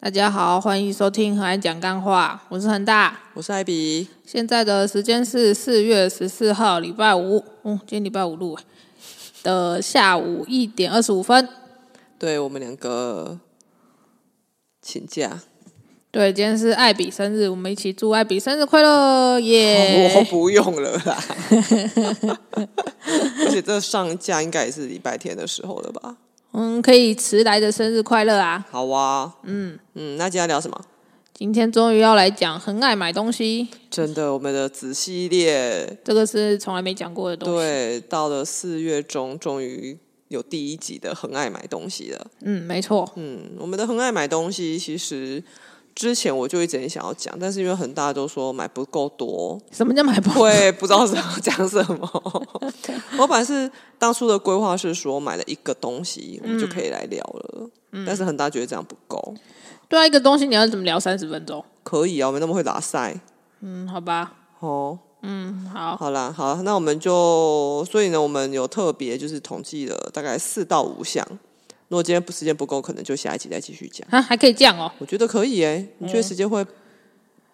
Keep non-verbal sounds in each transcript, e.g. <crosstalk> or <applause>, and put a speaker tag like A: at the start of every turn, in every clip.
A: 大家好，欢迎收听《很爱讲干话》，我是恒大。
B: 我是艾比，
A: 现在的时间是四月十四号礼拜五，嗯，今天礼拜五录欸的下午一点二十五分。
B: 对我们两个请假，
A: 对，今天是艾比生日，我们一起祝艾比生日快乐耶
B: 哦我不用了啦。 <laughs> 而且这上架应该也是礼拜天的时候了吧？
A: 嗯，可以迟来的生日快乐啊！
B: 好啊，嗯嗯，那今天要聊什么？
A: 今天终于要来讲很爱买东西，
B: 真的，我们的子系列，
A: 这个是从来没讲过的东西。
B: 对，到了四月中，终于有第一集的很爱买东西了。
A: 嗯，没错，
B: 嗯，我们的很爱买东西，其实之前我就一直很想要讲，但是因为很大家都说买不够多，
A: 什么叫买不？
B: 会不知道是要讲什么。我本来是当初的规划是说买了一个东西，我们就可以来聊了。但是很大觉得这样不够，
A: 对啊，一个东西你要怎么聊三十分钟？
B: 可以啊，我们那么会拉塞
A: 嗯，好吧，
B: 哦。
A: 嗯，好，
B: 好啦，好，那我们就所以呢，我们有特别就是统计了大概四到五项。如果今天不时间不够，可能就下一集再继续讲。
A: 啊，还可以这样哦。
B: 我觉得可以诶、你觉得时间会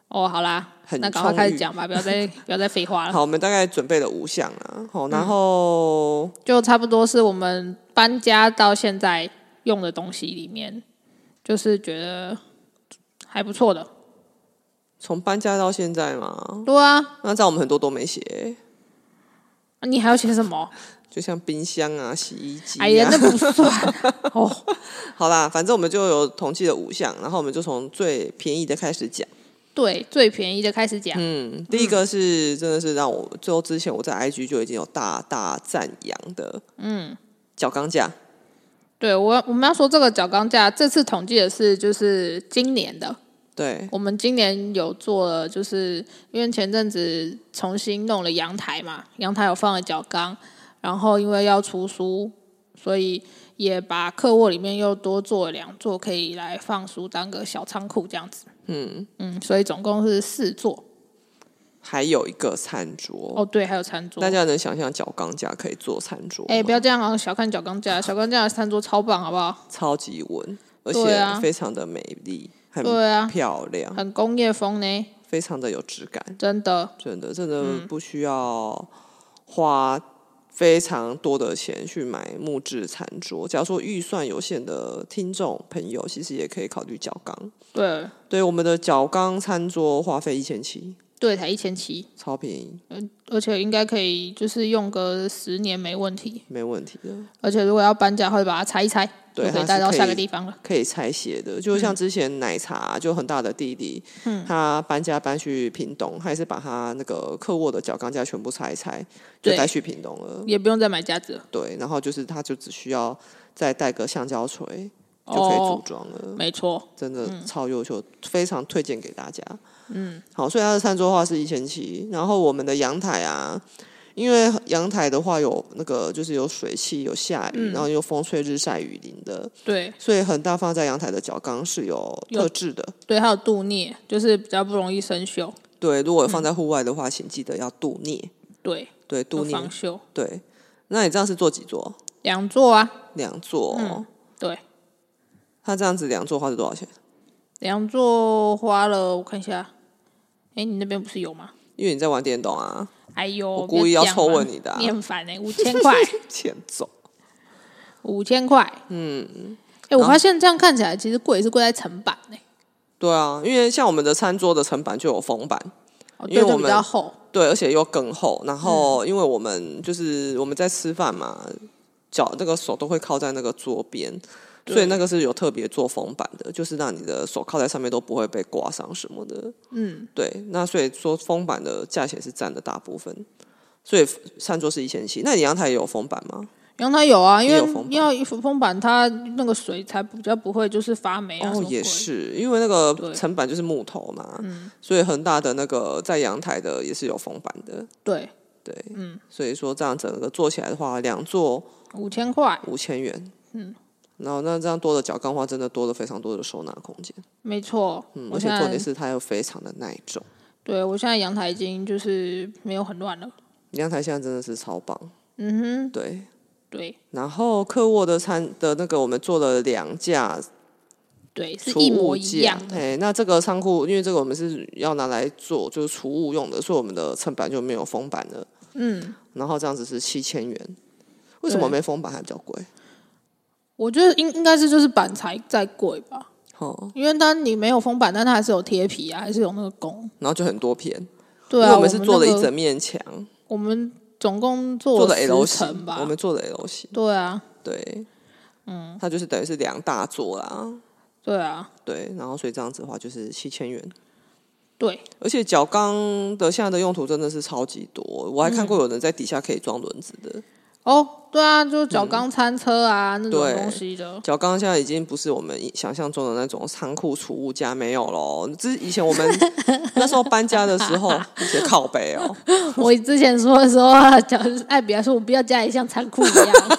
A: 哦，好啦，
B: 很
A: 那赶快开
B: 充
A: 始
B: 裕
A: 讲吧，不要
B: <laughs>
A: 再不要再废话了。
B: 好？我们大概准备了五项啊，好，然后
A: 就差不多是我们搬家到现在用的东西里面，就是觉得还不错的。
B: 从搬家到现在嘛，
A: 对啊，
B: 那在我们很多都没写欸、
A: 你还要写什么？
B: 就像冰箱啊、洗衣机、啊。
A: 哎呀，那不算哦。
B: <laughs> 好啦，反正我们就有统计了五项，然后我们就从最便宜的开始讲。
A: 对，最便宜的开始讲。
B: 嗯，第一个是、真的是让我最后之前我在 IG 就已经有大大赞扬的，嗯，角钢架，
A: 对我我们要说这个角钢架，这次统计的是就是今年的，
B: 对
A: 我们今年有做了，就是因为前阵子重新弄了阳台嘛，阳台有放了角钢，然后因为要出书，所以也把客卧里面又多做了两座，可以来放书当个小仓库这样子。嗯嗯，所以总共是四座。
B: 还有一个餐桌。
A: 哦，对，还有餐桌
B: 大。家能想象角钢架可以做餐桌吗？
A: 哎，不要这样啊！小看角钢架，小钢架的餐桌超棒，好不好？
B: 超级稳，而
A: 对啊
B: 且非常的美丽，很
A: 对啊
B: 漂亮，
A: 很工业风呢，
B: 非常的有质感。
A: 真的。
B: 真的真的
A: 嗯
B: 不需要花非常多的钱去买木质餐桌。假如说预算有限的听众朋友，其实也可以考虑角钢。
A: 对
B: 对，我们的角钢餐桌花费一千七，
A: 对，才一千七，
B: 超便宜，
A: 而且应该可以，就是用个十年没问题。
B: 没问题的，
A: 而且如果要搬家，会把它拆一拆，就
B: 对
A: 可以
B: 它
A: 带
B: 是
A: 到
B: 可
A: 下个
B: 以
A: 地方嗯了。
B: 可以拆卸的。就像之前奶茶就很大的弟弟，
A: 嗯
B: 他搬家搬去屏东，他也是把他那个客卧的角钢架全部拆一拆，就
A: 对
B: 带去屏东了。
A: 也不用再买夹子了。
B: 对，然后就是他就只需要再带个橡胶锤。就可以组
A: 哦，嗯
B: 装了。
A: 没错，
B: 真的超优秀，非常推荐给大家。嗯，好，所以它的餐桌话是一千七，然后我们的阳台啊，因为阳台的话有那个就是有水汽、有下
A: 嗯
B: 雨，然后又风吹日晒雨淋的，
A: 对
B: 所以恒大放在阳台的角缸是有
A: 有
B: 特制的。
A: 对，还有镀镍，就是比较不容易生锈。
B: 对，如果
A: 嗯
B: 有放在户外的话，请记得要镀镍。
A: 对，
B: 对，镀
A: 有
B: 镍。
A: 防锈，
B: 对，那你这样是做几座？
A: 两座啊，
B: 两座。
A: 对，
B: 它这样子两座花是多少钱？
A: 两座花了，我看一下，哎，你那边不是有吗？
B: 因为你在玩电动啊，
A: 哎呦，别
B: 我故意要
A: 讲
B: 凑
A: 嘛
B: 问你的啊
A: 你很烦哎，五千
B: <laughs>
A: 块，
B: <laughs> 欠揍。
A: 五千块，嗯，哎，我发现这样看起来其实贵是贵在成本欸呢，
B: 对啊，因为像我们的餐桌的层板就有封板，
A: 哦，
B: 因
A: 对，
B: 为
A: 就
B: 我
A: 比
B: 们
A: 较厚，
B: 对，而且又更厚。然后，因为我们就是我们在吃饭嘛，脚那个手都会靠在那个桌边，所以那个是有特别做封板的，就是让你的手靠在上面都不会被刮伤什么的。
A: 嗯，
B: 对，那所以说封板的价钱是占了大部分。所以餐桌是一千七，那你阳台也有封板吗？
A: 阳台有啊，因
B: 也有封
A: 为
B: 板
A: 要一封板，它那个水才比较不会就是发霉啊。什
B: 哦
A: 么，鬼
B: 也是，因为那个
A: 对嗯
B: 层板就是木头嘛，所以恒大的那个在阳台的也是有封板的，
A: 对，
B: 对，嗯，所以说这样整个做起来的话，两座
A: 五千块，
B: 五千元，嗯，然后那这样多的角钢化真的多了非常多的收纳空间，
A: 没错。
B: 嗯，
A: 我
B: 而且
A: 现
B: 重点
A: 在
B: 是它又非常的耐重，
A: 对我现在阳台已经就是没有很乱了。
B: 阳台现在真的是超棒，
A: 嗯哼，
B: 对。
A: 对，
B: 然后客卧的餐的那个我们做了两架
A: 对，是
B: 储
A: 一模
B: 物
A: 一
B: 架
A: 样。的。
B: 哎，那这个仓库，因为这个我们是要拿来做就是储物用的，所以我们的衬板就没有封板了。
A: 嗯，
B: 然后这样子是七千元，为什么
A: 对
B: 没封板还比较贵？
A: 我觉得应应该是就是板材再贵吧，
B: 哦，
A: 因为当你没有封板，但它还是有贴皮啊，还是有那个拱。
B: 然后就很多片，
A: 对
B: 因为
A: 啊，
B: 我们是做了
A: 那
B: 一
A: 个
B: 整面墙，
A: 我们总共
B: 做
A: 做
B: 的
A: 了
B: L
A: 十
B: 型
A: 层，吧。
B: 我们做的 L 型，
A: 对啊，
B: 对，嗯，它就是等于是两大座啦，
A: 对啊，
B: 对，然后所以这样子的话就是七千元。
A: 对，啊
B: 而且角钢的现在的用途真的是超级多，我还
A: 嗯
B: 看过有人在底下可以装轮子的。
A: 哦，对啊，就是角钢餐车啊、那种
B: 嗯对
A: 东西
B: <laughs>
A: 的。
B: 角钢现在已经不是我们想象中的那种仓库储物架，没有喽。这是以前我们 <laughs> 那时候搬家的时候，一些靠背哦， <laughs>
A: 我之前说的时候啊，讲艾比还说，我不要家里像仓库一
B: <laughs>
A: 样。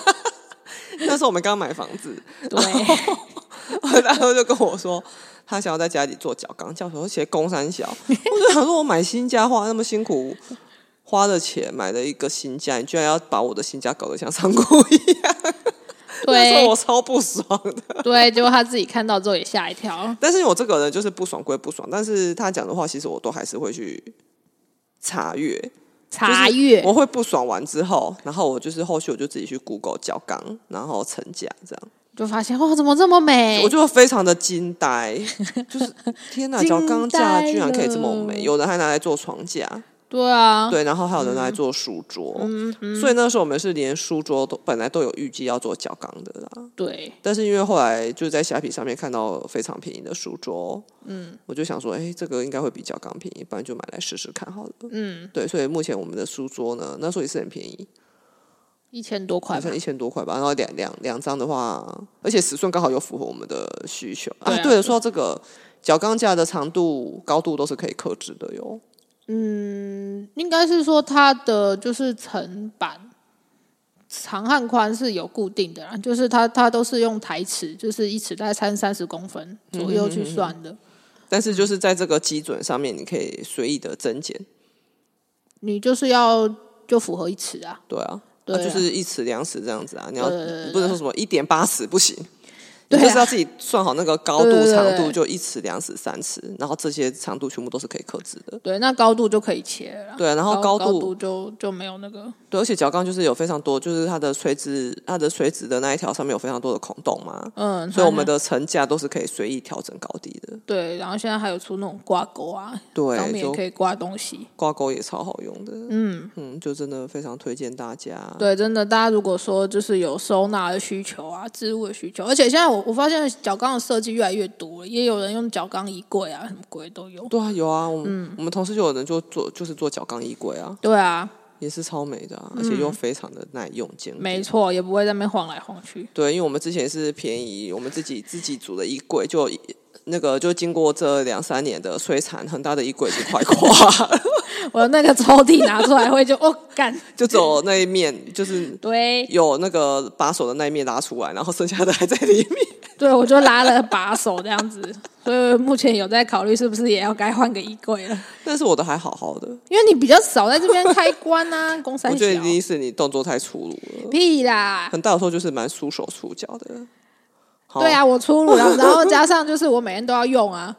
B: 那时候我们刚买房子，
A: 对，
B: 然后就跟我说。他想要在家里做角钢，叫什么？写工三小，我就想说，我买新家花那么辛苦，花的钱买了一个新家，你居然要把我的新家搞得像仓库一样， <laughs> 那时候
A: 对
B: 我，超不爽的。
A: 对，结果他自己看到之后也吓一跳。
B: 但是我这个人就是不爽归不爽，但是他讲的话，其实我都还是会去查阅。
A: 查阅，
B: 我会不爽完之后，然后我就是后续我就自己去 Google 角钢，然后成价这样，
A: 就发现哦哇，怎么这么美？
B: 我就非常的惊呆，就是天哪，
A: 惊
B: 角钢架
A: 呆
B: 居然可以这么美，
A: 了
B: 有人还拿来做床架，
A: 对啊，
B: 对，然后还有人拿来做书桌，所以那时候我们是连书桌都本来都有预计要做角钢的啦，
A: 对
B: 但是因为后来就在虾皮上面看到非常便宜的书桌，嗯，我就想说，哎、这个应该会比较刚便宜，不然就买来试试看好了。嗯，对，所以目前我们的书桌呢，那时候也是很便宜，
A: 一千多块
B: 好
A: 吧
B: 像。一千多块吧。然后两两两张的话，而且尺寸刚好又符合我们的需求啊。
A: 对啊
B: 对了，说到这个角钢架的长度、高度都是可以克制的哟。
A: 应该是说它的就是层板长和宽是有固定的啦，就是它它都是用台尺，就是一尺大概三三十公分左
B: 嗯
A: 右去算的。
B: 但是就是在这个基准上面，你可以随意的增减。
A: 你就是要就符合一尺啊，
B: 对啊，
A: 对啊
B: 啊就是一尺两尺这样子啊，你要
A: 对对对
B: 你不能说什么一点八尺不行，
A: 对啊
B: 你就是要自己算好那个高
A: 对对
B: 度、
A: 对
B: 长
A: 对
B: 度，就一尺两尺三尺，然后这些长度全部都是可以克制的。
A: 对，那高度就可以切了啦。
B: 对啊，然后
A: 高
B: 高度
A: 就就没有那个，
B: 对，而且角钢就是有非常多，就是它的垂直它的垂直的那一条上面有非常多的孔洞嘛，
A: 嗯，
B: 所以我们
A: 它
B: 的层架都是可以随意调整高低的。
A: 对，然后现在还有出那种挂钩啊，上
B: 对，
A: 面也
B: 就
A: 可以挂东西。
B: 挂钩也超好用的。嗯嗯，就真的非常推荐大家。
A: 对，真的，大家如果说就是有收纳的需求啊，置物的需求，而且现在我我发现角钢的设计越来越多了，也有人用角钢衣柜啊，什么鬼都有。
B: 对啊，有啊，我们、
A: 嗯
B: 我们同事就有人就做就是做角钢衣柜啊。
A: 对啊，
B: 也是超美的、啊，而且又非常的耐用坚固。
A: 嗯没错，也不会在那边晃来晃去。
B: 对，因为我们之前是便宜，我们自己自己组的衣柜，就一那个就经过这两三年的摧残，很大的衣柜已经快垮了， <laughs>
A: 我那个抽屉拿出来会就哦干，
B: 就只有那一面就是
A: 对
B: 有那个把手的那一面拉出来，然后剩下的还在里面。 <laughs>
A: 对，我就拉了把手这样子，所以目前有在考虑是不是也要该换个衣柜了，
B: 但是我的还好好的，
A: 因为你比较少在这边开关啊，公
B: 我
A: 三小
B: 觉得一定是你动作太粗鲁了，
A: 屁啦，
B: 很大的时候就是蛮束手束脚的。好
A: 对，啊，我出乳了，然后加上就是我每天都要用啊。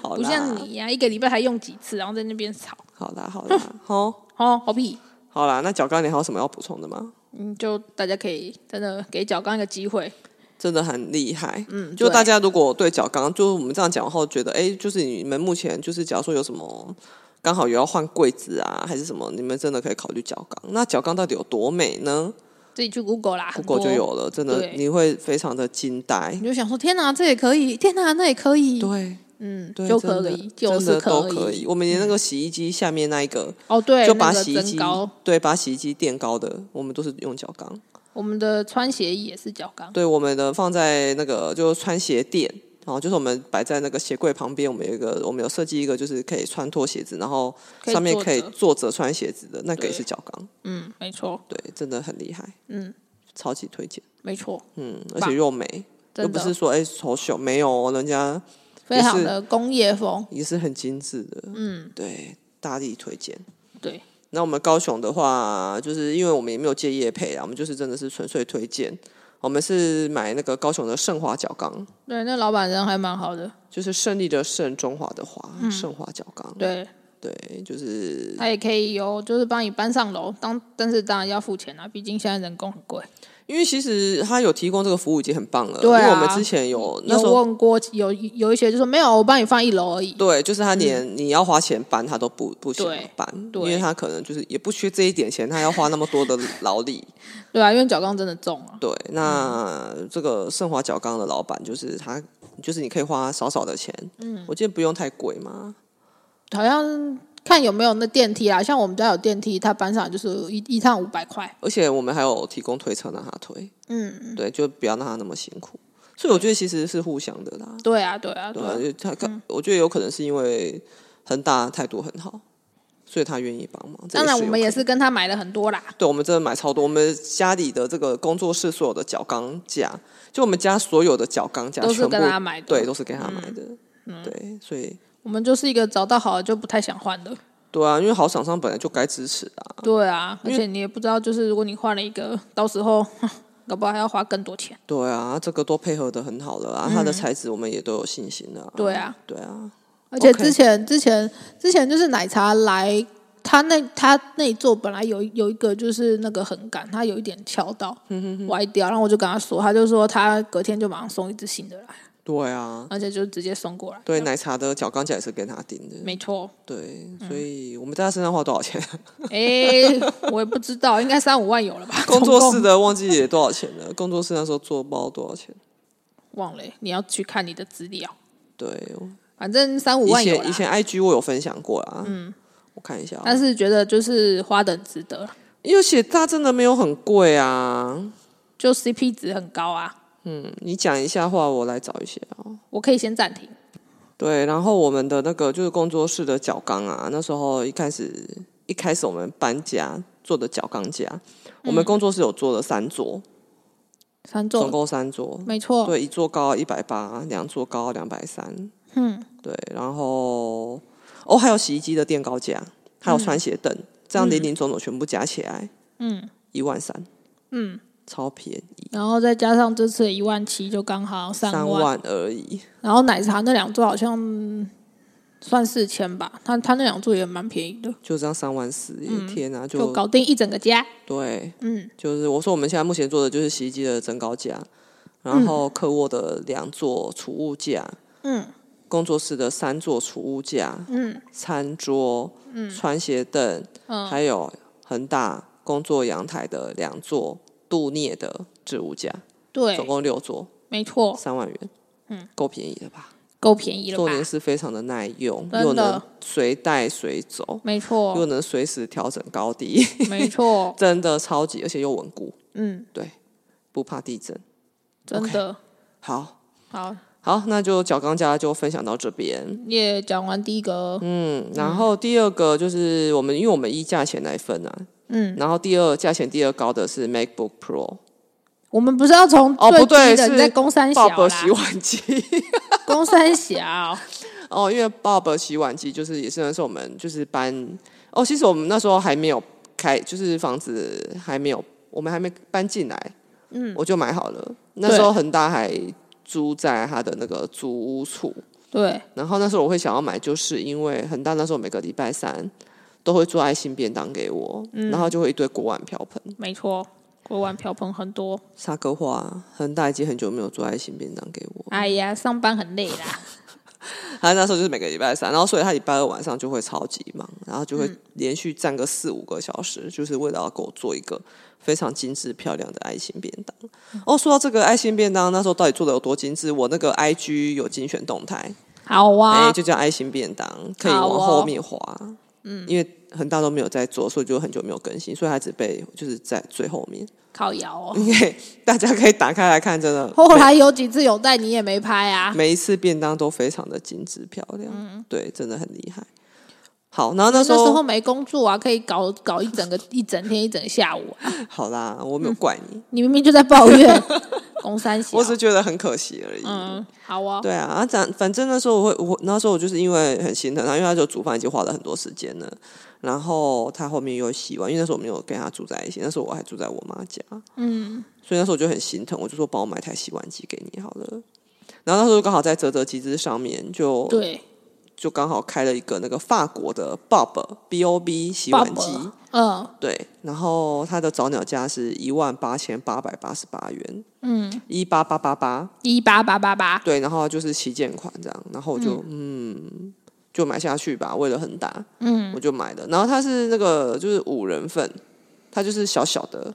B: 好
A: 不
B: 啦，
A: 像你啊呀、一个礼拜才用几次，然后在那边吵，
B: 好啦，好啦，好，
A: 哦，好屁！
B: 好啦。那脚刚你还有什么要补充的吗？
A: 嗯，就大家可以真的给角刚一个机会，
B: 真的很厉害。
A: 嗯，
B: 就
A: 对
B: 大家如果对角钢，就是我们这样讲后，觉得哎、诶就是你们目前就是假如说有什么刚好有要换柜子啊，还是什么，你们真的可以考虑角钢。那角钢到底有多美呢
A: 自己去 Google 啦很
B: ？Google
A: 多
B: 就有了，真的
A: 对
B: 你会非常的惊呆
A: 你。就想说天哪，这也可以，天哪，那也可以，
B: 对，
A: 嗯，
B: 对，
A: 就
B: 真的
A: 可以，就
B: 真的
A: 是
B: 都
A: 以，
B: 可以。我们连那个洗衣机下面那一个，
A: 哦，对，
B: 就把
A: 那个
B: 洗衣
A: 增
B: 机
A: 高，
B: 对，把洗衣机垫高的，我们都是用角钢。
A: 我们的穿鞋衣也是角刚，
B: 对，我们的放在那个就是穿鞋垫，然后就是我们摆在那个鞋柜旁边，我们有一个我们有设计一个就是可以穿脱鞋子，然后
A: 可以
B: 上面
A: 坐
B: 可以
A: 着
B: 坐着穿鞋子的，那个也
A: 对
B: 是角钢，
A: 嗯，没错，
B: 对，真的很厉害，
A: 嗯，
B: 超级推荐，
A: 没错，
B: 嗯，而
A: 棒
B: 且又美，又
A: 真
B: 不
A: 的
B: 是说哎丑小，没有哦，人家
A: 非常的工业风，
B: 也是很精致的，
A: 嗯，
B: 对，大力推荐。
A: 对，
B: 那我们高雄的话，就是因为我们也没有接业配啊，我们就是真的是纯粹推荐。我们是买那个高雄的盛华角缸，
A: 对，那老板人还蛮好的，
B: 就是胜利的胜，中华的华，盛华角缸。
A: 嗯对
B: 对，就是
A: 他也可以有，就是帮你搬上楼，当但是当然要付钱啊，毕竟现在人工很贵。
B: 因为其实他有提供这个服务已经很棒了，
A: 对啊
B: 因为我们之前有那
A: 有
B: 时候
A: 问过，有有一些就说没有，我帮你放一楼而已。
B: 对，就是他连你要花钱搬他都不不想
A: 嗯对
B: 搬，因
A: 对
B: 为他可能就是也不缺这一点钱，他要花那么多的劳力。
A: 对啊，因为角钢真的重啊。
B: 对，那这个盛华角钢的老板就是他，就是你可以花少少的钱，嗯，我记得不用太贵嘛，
A: 好像看有没有那电梯啊，像我们家有电梯，它班上就是一一趟五百块。
B: 而且我们还有提供推车让他推，
A: 嗯，
B: 对，就不要让他那么辛苦。所以我觉得其实是互相的啦，
A: 对啊，对啊，对
B: 对吧、
A: 啊
B: 因，为他可、我觉得有可能是因为恒大态度很好，所以他愿意帮忙。这
A: 当然
B: 是
A: 我
B: 有
A: 们也
B: 可能啊
A: 是跟他买了很多啦。
B: 对，我们真的买超多。我们家里的这个工作室所有的角钢架，就我们家所有的角钢架
A: 都是
B: 全部
A: 跟他买的嗯
B: 对，都是跟他买的。对，所以
A: 我们就是一个找到好的就不太想换的。
B: 对啊，因为好厂商本来就该支持啊。
A: 对啊，而且你也不知道，就是如果你换了一个，到时候 <laughs> 搞不好还要花更多钱。
B: 对啊，这个都配合的很好了啊，它的材质我们也都有信心啊。
A: 嗯对啊，
B: 对啊，
A: 而且
B: OK
A: 之前之前之前就是奶茶来，他那他那一座本来有有一个就是那个横杆，他有一点翘到
B: 嗯
A: 歪掉，然后我就跟他说，他就说他隔天就马上送一只新的来，
B: 对啊，
A: 而且就直接送过来。
B: 对奶茶的角钢架也是跟他订的。
A: 没错，
B: 对，
A: 嗯
B: 所以我们在他身上花多
A: <laughs>
B: 少钱？
A: 哎，我也不知道，应该三五万有了吧？
B: <laughs> 工作室
A: 总共
B: 的忘记也多少钱了。工作室那时候做包多少钱？
A: 忘了，你要去看你的资料，
B: 对，
A: 反正三五
B: 以
A: 万有
B: 前
A: 了
B: 以。前 IG 我有分享过啦，嗯，我看一下哦，
A: 但是觉得就是花的值得，
B: 因为写它真的没有很贵啊。
A: 就 CP 值很高啊。
B: 嗯，你讲一下话，我来找一些哦。
A: 我可以先暂停。
B: 对，然后我们的那个就是工作室的角钢啊，那时候一开始一开始我们搬家做的角钢架，我
A: 嗯
B: 们工作室有做了三桌，
A: 三
B: 总
A: 座，
B: 共三桌，
A: 没错，
B: 对，一座高一百八，两座高两百三，
A: 嗯，
B: 对，然后哦还有洗衣机的垫高架，还有穿鞋凳，这样零零总总全部加起来，
A: 嗯
B: 一万三，
A: 嗯，
B: 超便宜，
A: 然后再加上这次一万七，就刚好三
B: 三万而已。
A: 然后奶茶那两座好像嗯算四千吧，他他那两座也蛮便宜的，
B: 就这样三万四，天啊，
A: 嗯就
B: 就
A: 搞定一整个家。
B: 对，
A: 嗯，
B: 就是我说我们现在目前做的就是洗衣机的增高架，然后客卧的两座储物架，
A: 嗯，
B: 工作室的三座储物架，
A: 嗯，
B: 餐桌，嗯，穿鞋凳，
A: 嗯
B: 还有恒大工作阳台的两座镀镍的置物架，
A: 对
B: 总，共六座，
A: 没错，
B: 三万元，嗯，够便宜了吧？
A: 够便宜了
B: 重点
A: 吧？
B: 是非常的耐用，
A: 真的哦
B: 又能随带随走，
A: 没
B: 又
A: 错，
B: 能随时调整高低。 <laughs>
A: 没错，
B: 真的超级，而且又稳固，
A: 嗯，
B: 不怕地震。
A: 真的
B: 好，
A: 好，
B: 好，那就角钢架就分享到这边。
A: 也讲完第一个，
B: 嗯，然后第二个就是我们，因为我们依价钱来分啊。
A: 嗯，
B: 然后第二价钱第二高的是 MacBook Pro，
A: 我们不是要从
B: 哦不
A: 最
B: 对
A: 低的
B: 是
A: 你在公三小
B: 鲍
A: 啦，
B: 勃洗碗机。 <laughs>
A: 公三小，
B: 哦，因为鲍勃洗碗机就是也是那时候我们就是搬。哦，其实我们那时候还没有开，就是房子还没有，我们还没搬进来。嗯，我就买好了。那时候恒大还租在他的那个租屋处。
A: 对，
B: 然后那时候我会想要买，就是因为恒大那时候每个礼拜三都会做爱心便当给我，然后就会一堆锅碗瓢盆。
A: 没错，锅碗瓢盆很多。
B: 沙哥话，恒大已经很久没有做爱心便当给我，
A: 哎呀，上班很累
B: <laughs>
A: 啦。
B: 他那时候就是每个礼拜三，然后所以他礼拜二晚上就会超级忙，然后就会连续站个四五个小时，就是为了要给我做一个非常精致漂亮的爱心便当。哦，说到这个爱心便当，那时候到底做的有多精致？我那个 IG 有精选动态，
A: 好
B: 哎、
A: 啊，
B: 就叫爱心便当，可以
A: 好
B: 往
A: 哦
B: 后面滑。嗯，因为恒大都没有在做，所以就很久没有更新，所以它只被就是在最后面。
A: 靠摇哦。
B: 因为 <laughs> 大家可以打开来看，真的。
A: 后来有几次有带你也没拍啊
B: 每，每一次便当都非常的精致漂亮，对，真的很厉害。好，然后那
A: 嗯那
B: 时
A: 时
B: 候
A: 候没工作啊，可以搞搞一整个一整天一整个下午啊、
B: 好啦，我没有怪你，
A: 你明明就在抱
B: <laughs>
A: 怨公三小
B: 我。只是觉得很可惜而已。
A: 嗯，好啊，
B: 对啊，啊，反反正那时候我会，我那时候我就是因为很心疼他，因为他就煮饭已经花了很多时间了，然后他后面又洗完，因为那时候我没有跟他住在一起，那时候我还住在我妈家，
A: 嗯，
B: 所以那时候我就很心疼，我就说帮我买台洗碗机给你好了。然后那时候刚好在泽泽集资上面就
A: 对，
B: 就刚好开了一个那个法国的 Bob B O B 洗碗机，
A: Bob 嗯
B: 对，然后它的早鸟价是一万八千八百八十八元，
A: 嗯，
B: 一八八八八，
A: 一八八八八，
B: 对，然后就是旗舰款这样，然后我就嗯就买下去吧，为了恒大，
A: 嗯，
B: 我就买了。然后它是那个就是五人份，它就是小小的，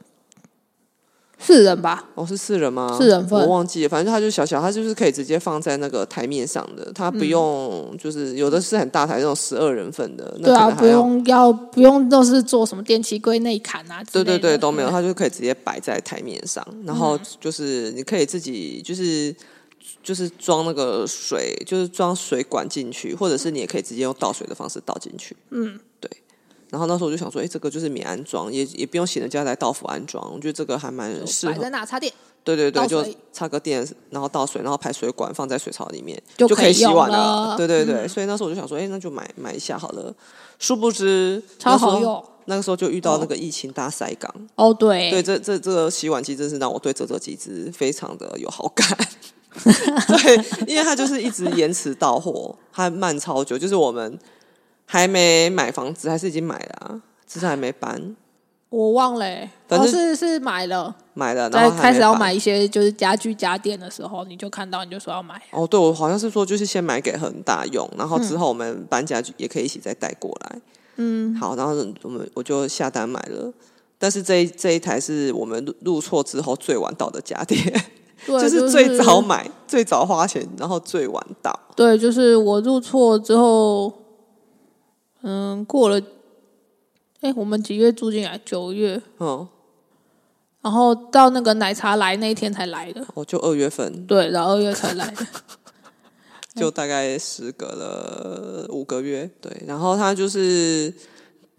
A: 四人吧，
B: 哦，是四人吗？
A: 四人份
B: 我忘记了，反正它就小小，它就是可以直接放在那个台面上的，它
A: 嗯
B: 不用、就是有的是很大台那种十二人份的，那
A: 对
B: 可
A: 啊，
B: 能还
A: 不
B: 要。
A: 用要不用都是做什么电器柜内砍啊之
B: 对
A: 类的，
B: 对对，都没有，
A: 嗯
B: 它就可以直接摆在台面上，然后就是你可以自己就是就是装那个水，就是装水管进去，或者是你也可以直接用倒水的方式倒进去。嗯，对。然后那时候我就想说，哎，这个就是免安装，也也不用请人家来倒府安装，我觉得这个还蛮适合
A: 摆在那插电，
B: 对对对，
A: 倒
B: 就
A: 水
B: 插个电，然后倒水，然后排水管放在水槽里面
A: 就
B: 可
A: 可以
B: 洗
A: 用
B: 碗
A: 了嗯
B: 对对对，所以那时候我就想说，哎，那就买买一下好了。殊不知，
A: 超
B: 那时
A: 好
B: 候
A: 用。
B: 那个时候就遇到那个疫情大塞港，
A: 哦，对，
B: 对，这这这个洗碗机真是让我对泽泽集资非常的有好
A: <laughs>
B: 感。对，因为它就是一直延迟到货，还慢超久，就是我们还没买房子，还是已经买了、啊，只是还没搬，
A: 我忘了、欸，
B: 反
A: 哦
B: 正
A: 是是买了，
B: 买了，然
A: 在
B: 后还
A: 开始
B: 没
A: 要
B: 搬
A: 买一些就是家具家电的时候，你就看到你就说要买，
B: 哦，对，我好像是说就是先买给恒大用，然后之后我们搬家就也可以一起再带过来。
A: 嗯，
B: 好，然后我们我就下单买了，但是这一这一台是我们入入错之后最晚到的家电，
A: 对，就
B: 就
A: 是
B: 最早，买、最早花钱，然后最晚到。
A: 对，就是我入错之后，嗯，过了，哎、我们几月住进来？九月，
B: 嗯，
A: 然后到那个奶茶来那一天才来的，
B: 哦我就二月份，
A: 对，然后二月才来的，
B: 就大概时隔了五个月，对。然后他就是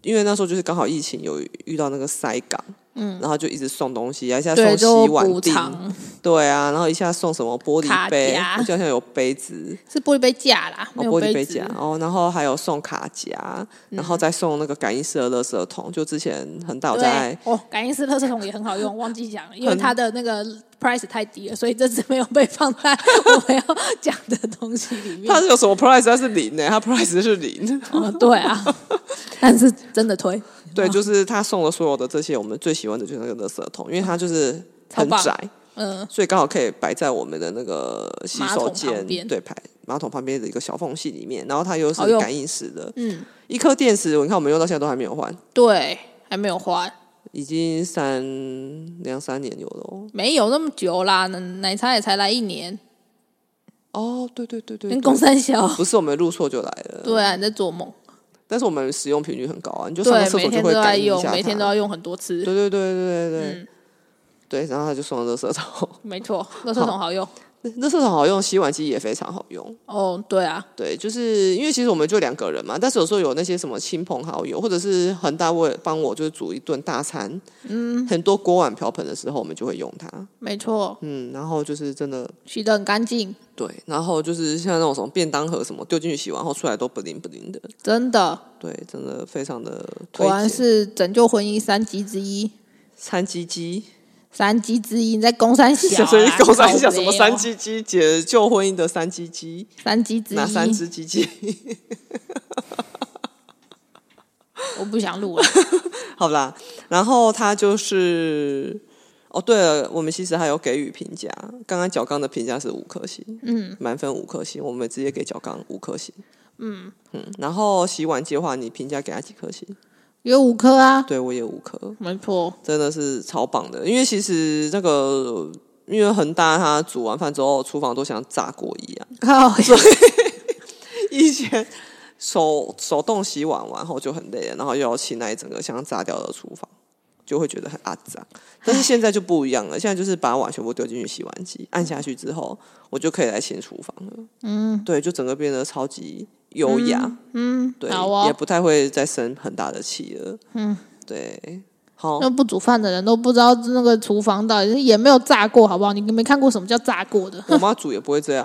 B: 因为那时候就是刚好疫情有遇到那个塞港，嗯，然后就一直送东西，而且
A: 对，
B: 送
A: 就
B: 洗碗
A: 补
B: 定，
A: 偿
B: 对啊，然后一下送什么玻璃
A: 卡
B: 杯，
A: 夹
B: 我记得好像有杯子，
A: 是玻璃杯架啦，
B: 哦，
A: 没有
B: 玻璃杯
A: 子嗯
B: 夹，，哦，然后还有送卡夹，然后再送那个感应式的垃圾桶。就之前恒大有在
A: 对，哦，感应式垃圾桶也很好用，忘记讲了，因为它的那个 price 太低了，所以这次没有被放在 <laughs> 我们要讲的东西里面
B: 它。是有什么 price？它是零欸呢、它 price 是零。
A: <laughs> 哦对啊，但是真的推，
B: 对，就是他送了所有的这些，我们最喜欢的就是那个垃圾桶，因为它就是
A: 超
B: 很
A: 棒
B: 窄，
A: 嗯，
B: 所以刚好可以摆在我们的那个洗
A: 马桶
B: 手
A: 旁
B: 间
A: 边，
B: 对，排马桶旁边的一个小缝隙里面。然后它又是
A: 好用
B: 感应式的，
A: 嗯，
B: 一颗电池，你看我们用到现在都还没有换，
A: 对，还没有换，
B: 已经三两三年有了哦。
A: 没有那么久啦，奶奶茶也才来一年，
B: 哦，对对对对，
A: 跟
B: 对
A: 公三小，
B: 不是我们入错就来了，
A: 对啊，你在做梦，
B: 但是我们使用频率很高啊，你就上个
A: 对，
B: 厕
A: 每
B: 所就
A: 天
B: 会
A: 都在
B: 感应一
A: 用，
B: 下
A: 每天都
B: 它
A: 要用很多次
B: 对，对对对对对、
A: 嗯，
B: 对，然后他就送了热色桶，
A: 没错，垃圾桶好用，
B: 热色桶好用，洗碗机也非常好用。
A: 哦，对啊，
B: 对，就是因为其实我们就两个人嘛，但是有时候有那些什么亲朋好友，或者是恒大为帮我就是煮一顿大餐，嗯，很多锅碗瓢盆的时候，我们就会用它，
A: 没错，
B: 嗯，然后就是真的
A: 洗得很干净，
B: 对，然后就是像那种什么便当盒什么丢进去洗完后出来都不灵不灵的，
A: 真的。
B: 对，真的非常的推
A: 果然
B: 荐。
A: 是拯救婚姻三级之一，
B: 三鸡鸡，
A: 三级之一。你在攻三小、啊，
B: <laughs> 所以狗三
A: 靠
B: 小
A: 北哦
B: 什么三？鸡鸡解救婚姻的三鸡鸡，
A: 三级之一，
B: 哪三只鸡鸡？
A: 我不想录了。
B: 好啦，然后他就是，哦，对了，我们其实还有给予评价，刚刚角刚的评价是五颗星，
A: 嗯，
B: 满分五颗星，我们直接给角刚五颗星，嗯嗯，然后洗碗机的话，你评价给他几颗星？
A: 有五颗啊，
B: 对我也五颗，
A: 没
B: <laughs>
A: 错，
B: 真的是超棒的，因为其实那个。因为恒大他煮完饭之后，厨房都像炸锅一样。
A: 靠，
B: 以前手手动洗碗完后就很累了，然后又要清那一整个像炸掉的厨房，就会觉得很阿脏。但是现在就不一样了，现在就是把碗全部丢进去洗碗机，按下去之后，我就可以来清厨房了。嗯，对，就整个变得超级优雅，
A: 嗯，
B: 对，
A: 好哦
B: 也不太会再生很大的气了。
A: 嗯，
B: 对。好，
A: 那不煮饭的人都不知道那个厨房到底是也没有炸过，好不好？你没看过什么叫炸过的
B: 我妈煮也不会这样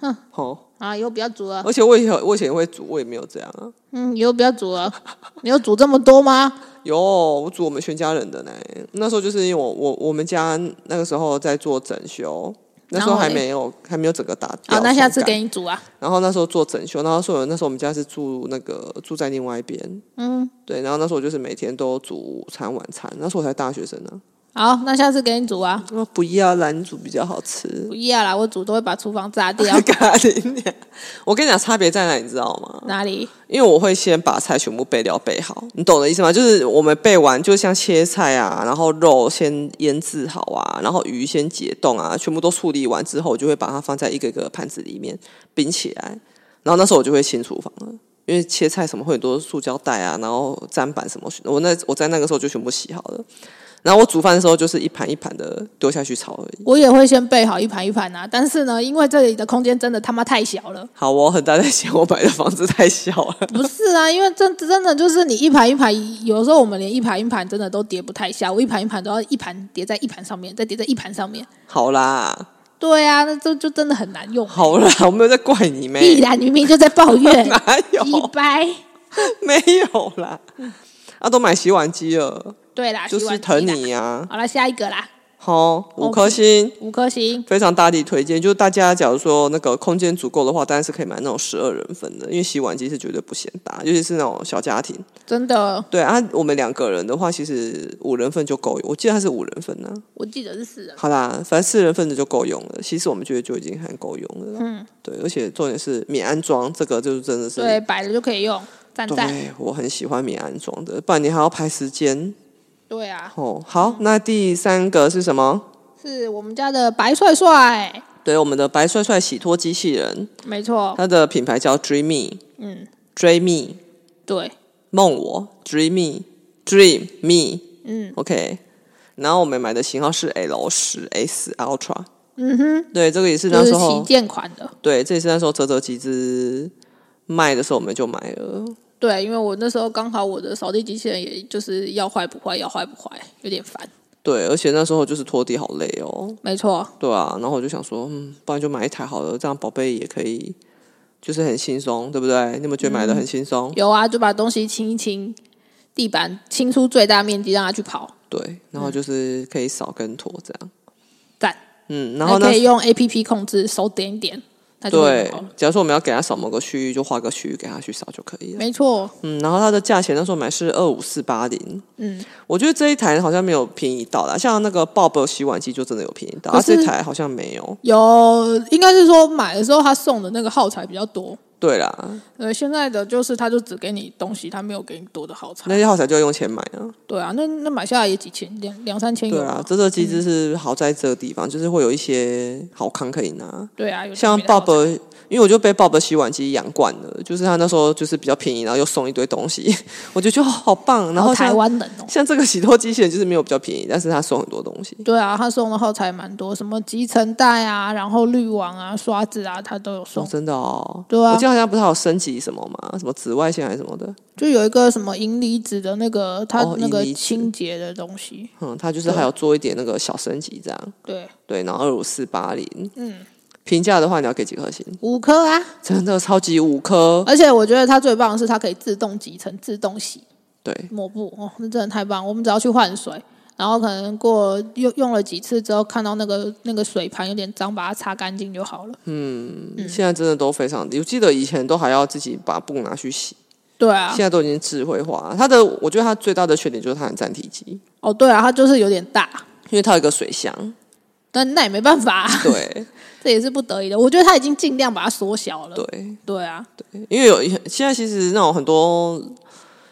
B: 啊。好，
A: 啊？以后不要煮了，
B: 而且我以前我以前也会煮，我也没有这样啊。
A: 嗯，以后不要煮了。你有煮这么多吗？
B: 有，我煮我们全家人的呢。那时候就是因为我我我们家那个时候在做整修，那时候
A: 然后
B: 还
A: 嘞
B: 没有还没 <laughs> 有整个打掉。
A: 好，那下次
B: 重改
A: 给你煮啊。
B: 然后那时候做整修，然后所以我那时候我们家是住那个住在另外一边，
A: 嗯，
B: 对。然后那时候我就是每天都煮午餐晚餐，那时候我才大学生呢、
A: 好，那下次给你煮啊。
B: 啊。不要啦，你煮比较好吃
A: 不。要啦，我煮都会把厨房炸
B: <laughs>
A: 掉。
B: 咖喱面，我跟你讲差别在哪，你知道吗？
A: 哪里？
B: 因为我会先把菜全部备料备好，你懂的意思吗？就是我们备完，就像切菜啊，然后肉先腌制好啊，然后鱼先解冻啊，全部啊都处理完之后，我就会把它放在一个个盘子里面冰起来。然后那时候我就会清厨房了，因为切菜什么会很多塑胶袋啊，然后砧板什么，我那我在那个时候就全部洗好了。然后我煮饭的时候就是一盘一盘的丢下去炒而已。
A: 我也会先备好一盘一盘啊，但是呢，因为这里的空间真的他妈太小
B: <laughs>
A: 了。
B: 好、哦，我很大在嫌我买的房子太小了。
A: 不是啊，因为真真的就是你一盘一盘，有时候我们连一盘一盘真的都叠不太下，我一盘一盘都要一盘叠在一盘上面，再叠在一盘上面。
B: 好啦，
A: 对啊，那这就真的很难 <laughs> 用。
B: 好啦，我没有在怪你妹。
A: <laughs> 必然明明就在抱怨，
B: 哪
A: 一
B: 有？
A: 掰。
B: <laughs> 没有啦，啊，都买洗碗机了，
A: 对啦，
B: 就
A: 啊洗碗
B: 是
A: 机
B: 疼
A: 啦。哦
B: 你呀、
A: 好了，下一个啦，
B: 好，五颗星，
A: 五颗星。
B: 非常大力推荐。就是大家假如说那个空间足够的话，当然是可以买那种十二人份的，因为洗碗机是绝对不嫌大，尤其是那种小家庭。
A: 真的，
B: 对啊，我们两个人的话，其实五人份就够用。我记得它是五人份呢、
A: 我记得是四人。
B: 好啦，反正四人份的就够用了。其实我们觉得就已经很够用了。嗯，对，而且重点是免安装，这个就是真的是
A: 对，摆了就可以用，赞赞。
B: 对，我很喜欢免安装的，不然你还要排时间。
A: 对啊，
B: 哦，好，那第三个是什么？
A: 是我们家的白帅帅，
B: 对，我们的白帅帅洗脱机器人，
A: 没错，
B: 它的品牌叫 Dreamy，
A: 嗯
B: ，Dream Me，
A: 对，
B: 梦我，Dreamy，Dream Me，
A: 嗯
B: OK。然后我们买的型号是 L 十 S Ultra，
A: 嗯哼，
B: 对，这个也是
A: 就
B: 那
A: 是
B: 时
A: 旗
B: 候，
A: 舰款的。
B: 对，这也是那时候折折集资卖的时候我们就买了。
A: 对，因为我那时候刚好我的扫地机器人也就是要坏不坏，要坏不坏，有点烦。
B: 对，而且那时候就是拖地好累哦，
A: 没错，
B: 对啊，然后我就想说，嗯，不然就买一台好了，这样宝贝也可以，就是很轻松，对不对？你有没有觉得买的很轻松？
A: 有啊，就把东西清一清，地板清出最大面积，让它去跑。
B: 对，然后就是可以扫跟拖这样。
A: 赞，
B: 嗯，然后
A: 还
B: 呢
A: 可？以用 A P P 控制，手点一点，它就会
B: 对
A: 跑了。，
B: 假如说我们要给他扫某个区域，就画个区域给他去扫就可以了。
A: 没错，
B: 嗯，然后它的价钱那时候买是二五四八零，
A: 嗯，
B: 我觉得这一台好像没有便宜到啦，像那个 Bob 洗碗机就真的有便宜到，
A: 可
B: 啊，这
A: 是
B: 台好像没有。
A: 有应该是说买的时候他送的那个耗材比较多。
B: 对啦，
A: 呃，现在的就是他就只给你东西，他没有给你多的耗材
B: 那。些耗材就要用钱买啊。
A: 对啊，那那买下来也几千，两两三千有嗯
B: 对啊
A: 吧，
B: 这个机制是好在这个地方，就是会有一些好康可以拿。
A: 对啊，有些
B: 像
A: 没的耗材
B: Bob，因为我就被 Bob 洗碗机养惯了，就是他那时候就是比较便宜，然后又送一堆东西， <laughs> 我就觉得哦好棒。然后
A: 好台
B: 像
A: 湾人哦。
B: <laughs> 像这个洗脱机器人就是没有比较便宜，但是他送很多东西。
A: 对啊，他送的耗材蛮多，什么集成袋啊，然后滤网啊、刷子啊，他都有
B: 哦
A: 送，。
B: 真的哦，
A: 对啊
B: 我记得好像不是还有升级什么嘛，什么紫外线还是什么的，
A: 就有一个什么银离子的那个，它
B: 哦
A: 那
B: 银
A: 个
B: 离子
A: 清洁的东西。
B: 嗯，他就是
A: 对
B: 还有做一点那个小升级这样，
A: 对，
B: 对，然后二五四八零，
A: 嗯，
B: 评价的话你要给几颗星？ <laughs>
A: 五颗啊！
B: 真的超级五
A: <laughs>
B: 颗，
A: 而且我觉得它最棒的是它可以自动集成、自动洗
B: 对，
A: 抹布，哦，那真的太棒！我们只要去换水，然后可能过用用了几次之后，看到那个那个水盘有点脏，把它擦干净就好了。
B: 嗯
A: 嗯
B: 现在真的都非常，我记得以前都还要自己把布拿去洗，
A: 对啊
B: 现，在都已经智慧化。它的，我觉得它最大的缺点就是它很占体积，因
A: 哦对啊，它就是有点大，
B: 为它有一个
A: <laughs>
B: 水箱。
A: 但那也没办法、
B: 对
A: 这也是不得已的。我觉得它已经尽量把它缩小了。
B: 对，
A: 对啊，
B: 因为有现在其实那种很多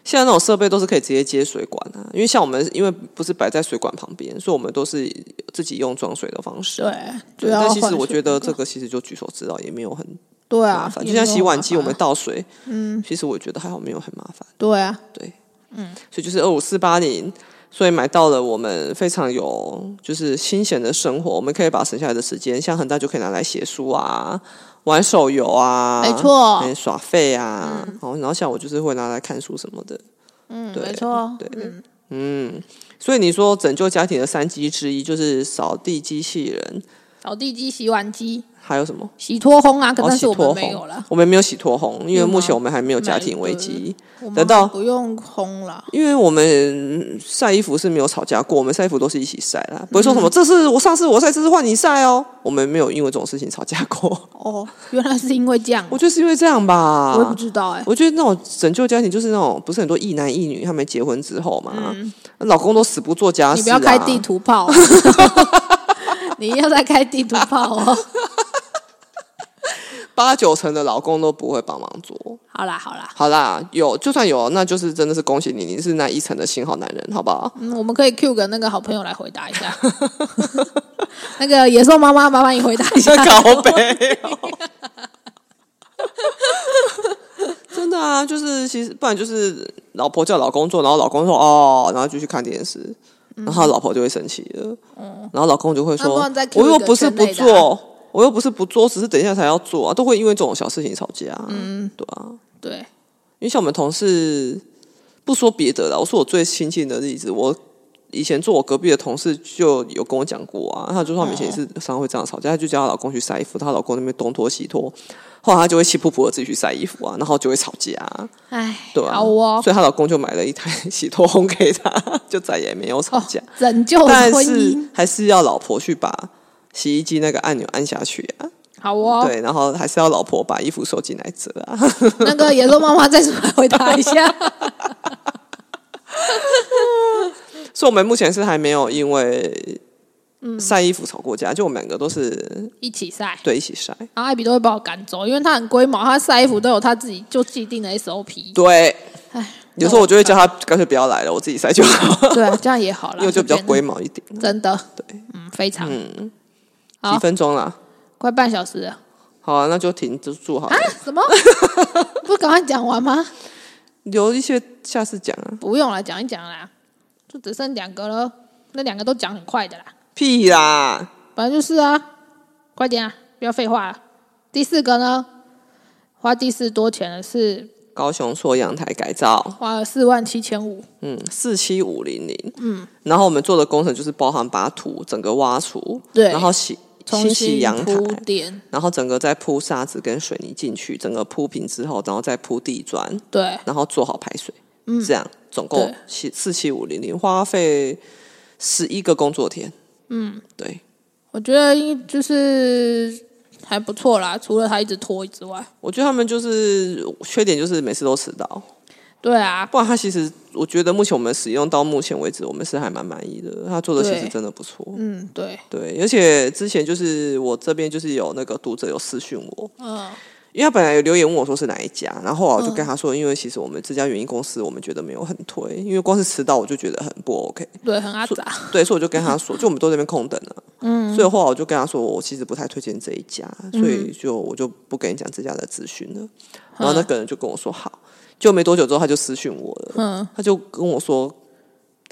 B: 现在那种设备都是可以直接接水管啊，因为像我们因为不是摆在水管旁边，所以我们都是自己用装水的方式。
A: 对，就
B: 对，
A: 要
B: 但其
A: 换
B: 实
A: 水
B: 我觉得
A: 那
B: 这
A: 个
B: 个其实就举手之劳，也没有很
A: 对
B: 麻
A: 啊，
B: 烦。
A: 也
B: 就像
A: 没有
B: 洗碗
A: 办
B: 机，我
A: 法
B: 们倒水，
A: 嗯，
B: 其实我觉得还好，没有很麻烦。
A: 对啊，
B: 对，嗯，所以就是二五四八零，所以买到了我们非常有就是新鲜的生活，我们可以把省下来的时间，像恒大就可以拿来写书啊，玩手游啊，
A: 没错
B: 嗯耍废啊，哦，然后像我就是会拿来看书什么的，
A: 嗯，
B: 对
A: 没错，
B: 对
A: 嗯，
B: 所以你说拯救家庭的三机之一就是扫地机器人，
A: 扫地机、洗碗机、
B: 还有什么？
A: 洗拖烘啊，可
B: 哦，
A: 但
B: 洗
A: 是我们
B: 脱
A: 没有
B: 烘
A: 了，，
B: 我们没有洗脱烘，因为
A: 有吗
B: 目前我们还没有家
A: 买
B: 庭危
A: 对
B: 机。
A: 我
B: 得
A: 们
B: 到
A: 不用烘了。
B: 因为我们晒衣服是没有吵架过，我们晒衣服都是一起晒啦，不会说
A: 嗯
B: 什么、这是我上次我晒，这次换你晒哦，我们没有因为这种事情吵
A: <laughs>
B: 架过。
A: 哦，原来是因为这样哦，
B: 我觉得是因为这样
A: 我也不
B: 吧。
A: 知道哎、
B: 我觉得那种拯救家庭就是那种，不是很多一男一女他们结婚之后嘛，老公都死不做家
A: 嗯
B: 事、啊，
A: 你不要开地图炮，哦 <laughs> 你要再开地图炮
B: <laughs>
A: 哦。
B: 八九成的老公都不会帮忙做。
A: 好啦好啦，
B: 好啦，有就算有，那就是真的是恭喜你，你是那一层的新好男人，好不好？
A: 嗯，我们可以 Q 个那个好朋友来回答一下。 <laughs> 那个野兽妈妈，麻烦你回答
B: <laughs>
A: 一下。
B: 搞北、哦， <laughs> 真的啊，就是其实不然就是老婆叫老公做，然后老公说哦，然后就去看电视，
A: 嗯
B: 然后老婆就会生气了，然后老公就会
A: 那
B: 说
A: 不然再 cue
B: 我又
A: 一个
B: 不是
A: 圈
B: 不
A: 内的啊
B: 做，我又不是不做，只是等一下才要做啊，都会因为这种小事情吵架，嗯，对啊，
A: 对，
B: 因为像我们同事，不说别的啦，我说我最亲近的例子，我以前做我隔壁的同事就有跟我讲过啊，她就说她们以前也
A: 嗯
B: 是常常会这样吵架，她就叫她老公去晒衣服，她老公那边东拖西拖，后来她就会气噗噗的自己去晒衣服啊，然后就会吵架啊、
A: 唉，
B: 对啊，
A: 好哦，
B: 所以她老公就买了一台 <laughs> 洗脱烘给她，就再也没有吵
A: 哦
B: 架，，
A: 拯救了
B: 但
A: 婚
B: 是
A: 姻，
B: 还是要老婆去把洗衣机那个按钮按下去啊，
A: 好哦。
B: 对，然后还是要老婆把衣服收进来折啊。
A: <laughs> 那个野兽妈妈再出来回答一下。
B: <laughs> 所以我们目前是还没有因为
A: 嗯
B: 晒衣服吵过架，就我们两个都是
A: 一起晒，
B: 对一起晒。
A: 然后艾比都会把我赶走，因为他很龟毛，他晒衣服都有他自己就既定的 SOP。
B: 对，
A: 唉，
B: 有时候我就会叫他干脆不要来了，我自己晒
A: <laughs>
B: 就好，
A: 对啊，这样也好啦，
B: 因为我就比较龟
A: 变
B: 毛一点。
A: 成真的，对，嗯，非常，好
B: 几分钟啦，
A: 快半小时了
B: 好啊，那就停住住好了
A: 啊，？什
B: <laughs>
A: 么？不是赶快讲完吗？
B: 留一些下次讲啊。
A: 不用了，讲一讲啦，就只剩两个了，那两个都讲很快的啦，
B: 屁啦！
A: 反正就是啊，快点啊，不要废话了。第四个呢，花第四多钱的是
B: 高雄说阳台改造，
A: 花了四万七千五，
B: 嗯，四七五零零，嗯，然后我们做的工程就是包含把土整个挖除，
A: 对
B: 然后洗
A: 重
B: 清洗
A: 新
B: 阳台，
A: 铺垫，
B: 然后整个再铺沙子跟水泥进去，整个铺平之后，然后再铺地砖，
A: 对，
B: 然后做好排水，嗯，这样总共
A: 对
B: 七四七五零零，花费十一个工作天，嗯，对，
A: 我觉得应就是还不错啦，除了他一直拖之外，
B: 我觉得他们就是缺点就是每次都迟到，
A: 对啊，
B: 不然他其实我觉得目前我们使用到目前为止，我们是还蛮满意的，他做的其实
A: 对
B: 真的不错，
A: 嗯，对，
B: 对，而且之前就是我这边就是有那个读者有私讯我，
A: 嗯，
B: 因为他本来有留言问我说是哪一家，然后后来我就跟他说，因为其实我们这家园艺公司我们觉得没有很推，因为光是迟到我就觉得很不 OK，
A: 对，很阿杂，
B: 对，所以我就跟他说，就我们都在那边空等了，嗯，所以后来我就跟他说，我其实不太推荐这一家，所
A: 嗯
B: 以就我就不跟你讲这家的资讯了。然后那个人就跟我说好，就没多久之后他就私讯我了，
A: 嗯，
B: 他就跟我说。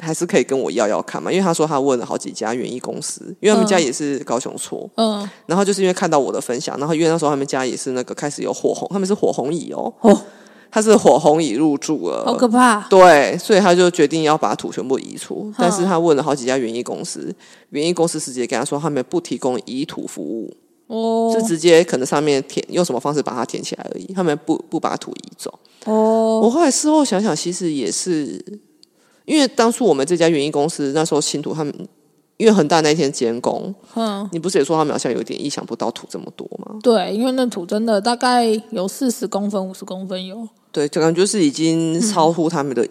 B: 还是可以跟我要要看嘛，因为他说他问了好几家园艺公司，因为他们家也是高雄搓，
A: 嗯，
B: 然后就是因为看到我的分享，然后因为那时候他们家也是那个开始有火红，他们是火红蚁哦，
A: 哦，
B: 他是火红蚁入住了，
A: 好可怕，
B: <laughs> 对，所以他就决定要把土全部移除。但是他问了好几家园艺公司，园艺公司直接跟他说他们不提供移土服务，
A: 哦，
B: 是直接可能上面填用什么方式把它填起来而已，他们不不把土移走。
A: 哦，
B: 我后来事后想想，其实也是因为当初我们这家园艺公司那时候新土他们。因为恒大那一天监工，
A: 嗯，
B: 你不是也说他们好像有点意想不到土这么多吗？
A: 对，因为那土真的大概有四十公分、五十公分有，
B: 对，就感觉就是已经超乎他们的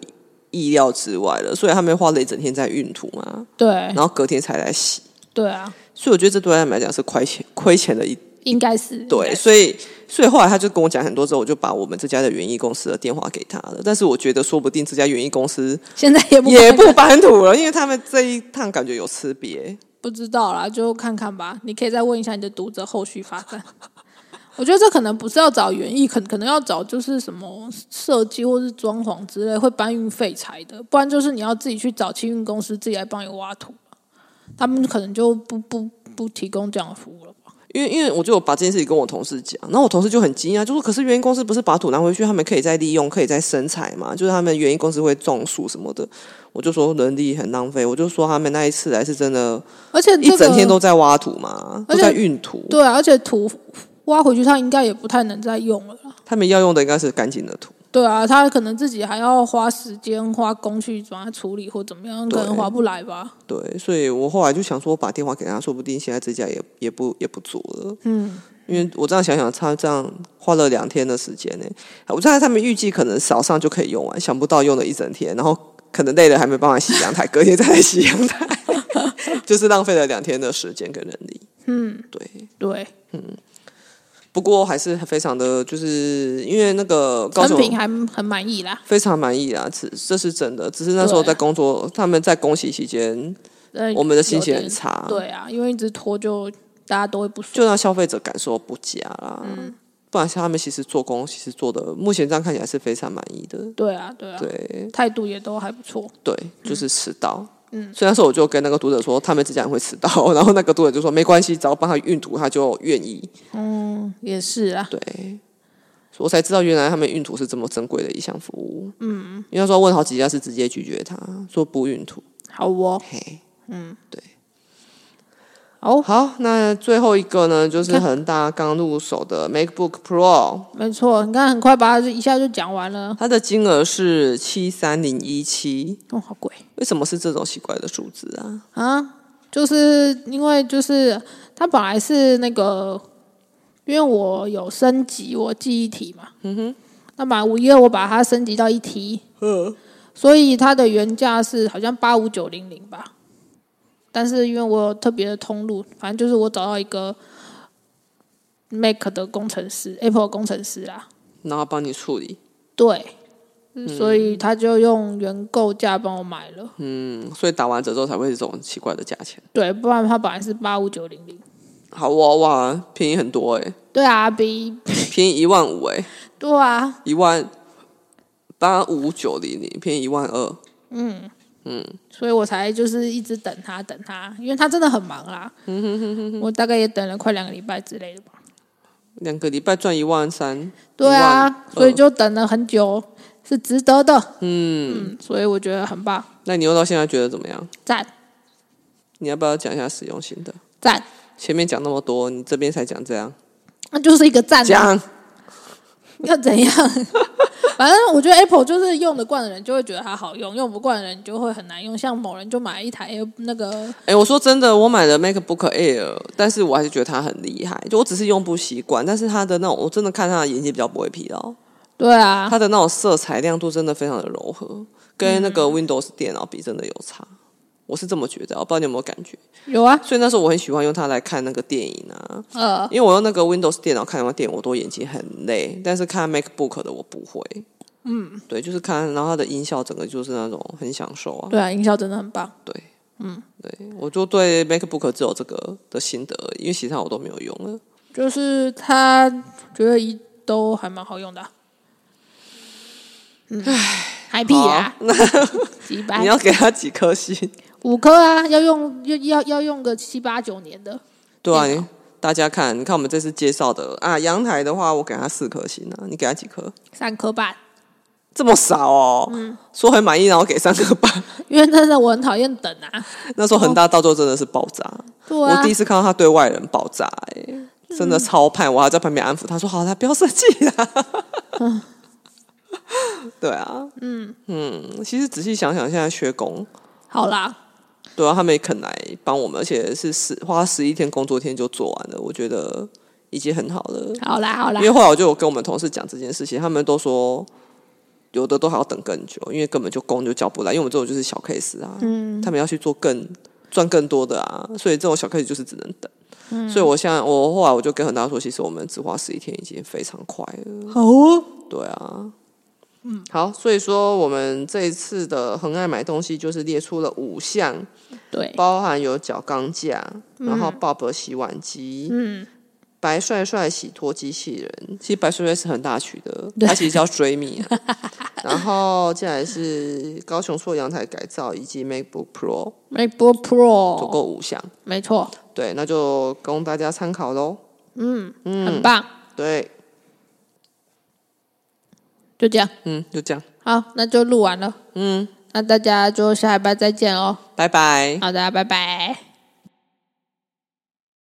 B: 意料之外了，所以他们花了一整天在运土嘛，
A: 对
B: 然，后隔天才来洗。
A: 对啊，
B: 所以我觉得这对他们来讲是亏钱亏钱的一
A: 应该是，应
B: 对，
A: 该是，
B: 所以所以后来他就跟我讲很多之后，我就把我们这家的园艺公司的电话给他了。但是我觉得说不定这家园艺公司
A: 现在也不
B: 也不搬土了，因为他们这一趟感觉有吃瘪。
A: 不知道啦，就看看吧。你可以再问一下你的读者后续发展。 <laughs> 我觉得这可能不是要找园艺，可可能要找就是什么设计或是装潢之类会搬运废材的，不然就是你要自己去找清运公司自己来帮你挖土，他们可能就不不不提供这样的服务了吧。
B: 因为因为我就有把这件事情跟我同事讲，然后我同事就很惊讶，就说：“可是园艺公司不是把土拿回去，他们可以再利用，可以再生产嘛？就是他们园艺公司会种树什么的。”我就说人力很浪费，我就说他们那一次来是真的，
A: 而且、这个、
B: 一整天都在挖土嘛，
A: 而
B: 都
A: 且
B: 在运土。
A: 对啊，而且土挖回去，它应该也不太能再用了啦。
B: 他们要用的应该是干净的土，
A: 对啊，他可能自己还要花时间、花工去把它处理或怎么样，
B: 对
A: 可能划不来吧。
B: 对，所以我后来就想说，我把电话给他，说不定现在这家也也不也不做了。
A: 嗯，
B: 因为我这样想想，他这样花了两天的时间呢、我在他们预计可能早上就可以用完，想不到用了一整天，然后可能累了还没办法洗阳台，隔天再来洗阳
A: <laughs>
B: 台， <laughs> 就是浪费了两天的时间跟人力。嗯，对。
A: 对，
B: 不过还是非常的，就是因为那个高
A: 成
B: 雄
A: 品还很满意啦。
B: 非常满意啊，这这是真的。只是那时候
A: 对啊
B: 在工作，他们在公洗期间，
A: 呃，
B: 我们的心情
A: 有
B: 很
A: 点
B: 差，
A: 对啊，因为一直拖就大家都会不舒服。
B: 就让消费者感受不佳啦。不然像他们其实做工，其实做的目前这样看起来是非常满意的。
A: 对啊，对啊，
B: 对
A: 态度也都还不错。
B: 对，就是迟到。嗯，所以那时候我就跟那个读者说，他们之前会迟到， <laughs> 然后那个读者就说没关系，只要帮他运图，他就愿意。
A: 嗯，也是啊，
B: 对，我才知道原来他们运图是这么珍贵的一项服务。嗯，因为那时候问好几家是直接拒绝他，说不运图。
A: 好哦，
B: 嘿，
A: 好，
B: 好，那最后一个呢，就是
A: 看
B: 恒大刚入手的 MacBook Pro，
A: 没错，你看很快把它一下就讲完了，
B: 它的金额是七三零一七，
A: 哦，好贵
B: 为什么是这种奇怪的数字啊？
A: 啊！就是因为就是它本来是那个，因为我有升级我记忆体嘛，嗯哼，那么五一二我把它升级到一 T，所以它的原价是好像八五九零零吧，但是因为我有特别的通路，反正就是我找到一个 Mac 的工程师，Apple 的工程师啦，
B: 然后帮你处理，
A: 对，所以他就用原购价帮我买了。
B: 嗯，所以打完折之后才会是这种奇怪的价钱。
A: 对，不然他本来是八五九零零。
B: 好哇哇，便宜很多哎、
A: 对啊，比
B: 便宜一万五哎，
A: 对啊，
B: 一万八五九零零，便宜一万二。
A: 所以我才就是一直等他等他，因为他真的很忙啦。我大概也等了快两个礼拜之类的吧。
B: 两个礼拜赚一万三，
A: 对啊，
B: 12,000
A: 所以就等了很久，是值得的。嗯，所以我觉得很棒，
B: 那你用到现在觉得怎么样？
A: 赞
B: 你要不要讲一下实用性的？
A: 赞，
B: 前面讲那么多，你这边才讲这样
A: 那就是一个赞啊。
B: 讲，
A: 要怎样？ <laughs> 反正我觉得 Apple 就是用得惯的人就会觉得它好用，用不惯的人就会很难用。像某人就买了一台 Air- 那个，
B: 哎、我说真的，我买了 MacBook Air，但是我还是觉得它很厉害，就我只是用不习惯，但是它的那种，我真的看它的眼睛比较不会疲劳，
A: 对啊，
B: 它的那种色彩亮度真的非常的柔和，跟那个 Windows 电脑比真的有差，我是这么觉得，我不知道你有没有感觉。
A: 有啊，
B: 所以那时候我很喜欢用它来看那个电影啊，
A: 呃，
B: 因为我用那个 Windows 电脑看完电影，我都眼睛很累，但是看 MacBook 的我不会。嗯，对，就是看，然后它的音效整个就是那种很享受啊。
A: 对啊，音效真的很棒。
B: 对，嗯，对，我就对 MacBook 只有这个的心得而已，因为其他我都没有用了。
A: 就是他觉得一都还蛮好用的、啊，嗯，嗨屁啊，
B: <laughs>
A: 几百
B: 你要给它几颗星？
A: 五颗啊，要用要要要用个七八九年的，
B: 对啊，
A: 电脑
B: 你大家看，你看我们这次介绍的啊，阳台的话，我给它四颗星啊，你给它几颗？
A: 三颗半。
B: 这么少哦，说很满意，然后给三个半。 <laughs>
A: 因为真的我很讨厌等啊，
B: 那时候恒大到最后真的是爆炸，
A: 对啊
B: 我第一，次看到他对外人爆炸、欸，真的超叛，我还在旁边安抚他说：“好啦，不要生气啦。 <laughs> 对啊，嗯嗯，其实仔细想想，现在学工，
A: 好啦，
B: 对啊，他们也肯来帮我们，而且是十花十一天工作天就做完了，我觉得已经很好了。
A: 好啦，好啦
B: 因为，后来我就有跟我们同事讲这件事情，他们都说有的都还要等更久，因为根本就工就交不来，因为我们这种就是小 case 啊，他们要去做更赚更多的啊，所以这种小 case 就是只能等。所以我现在我后来我就跟很大说，其实我们只花十一天已经非常快了。
A: 好哦。
B: 对啊，嗯，好，所以说我们这一次的很爱买东西就是列出了五项，
A: 对，
B: 包含有角钢架，然后鲍勃洗碗机，
A: 嗯，
B: 白帅帅洗脱机器人，其实白帅帅是很大取的，
A: 对
B: 他其实叫追觅、啊。 <laughs> 然后接下来是高雄硕阳台改造以及 MacBook Pro，
A: MacBook
B: 总
A: Pro，
B: 共五项。
A: 没错，
B: 对，那就供大家参考喽。嗯
A: 很棒，
B: 对，
A: 就这样。
B: 嗯，就这样，
A: 好，那就录完了。
B: 嗯，
A: 那大家就下礼拜再见哦。
B: 拜拜。
A: 好的，拜拜。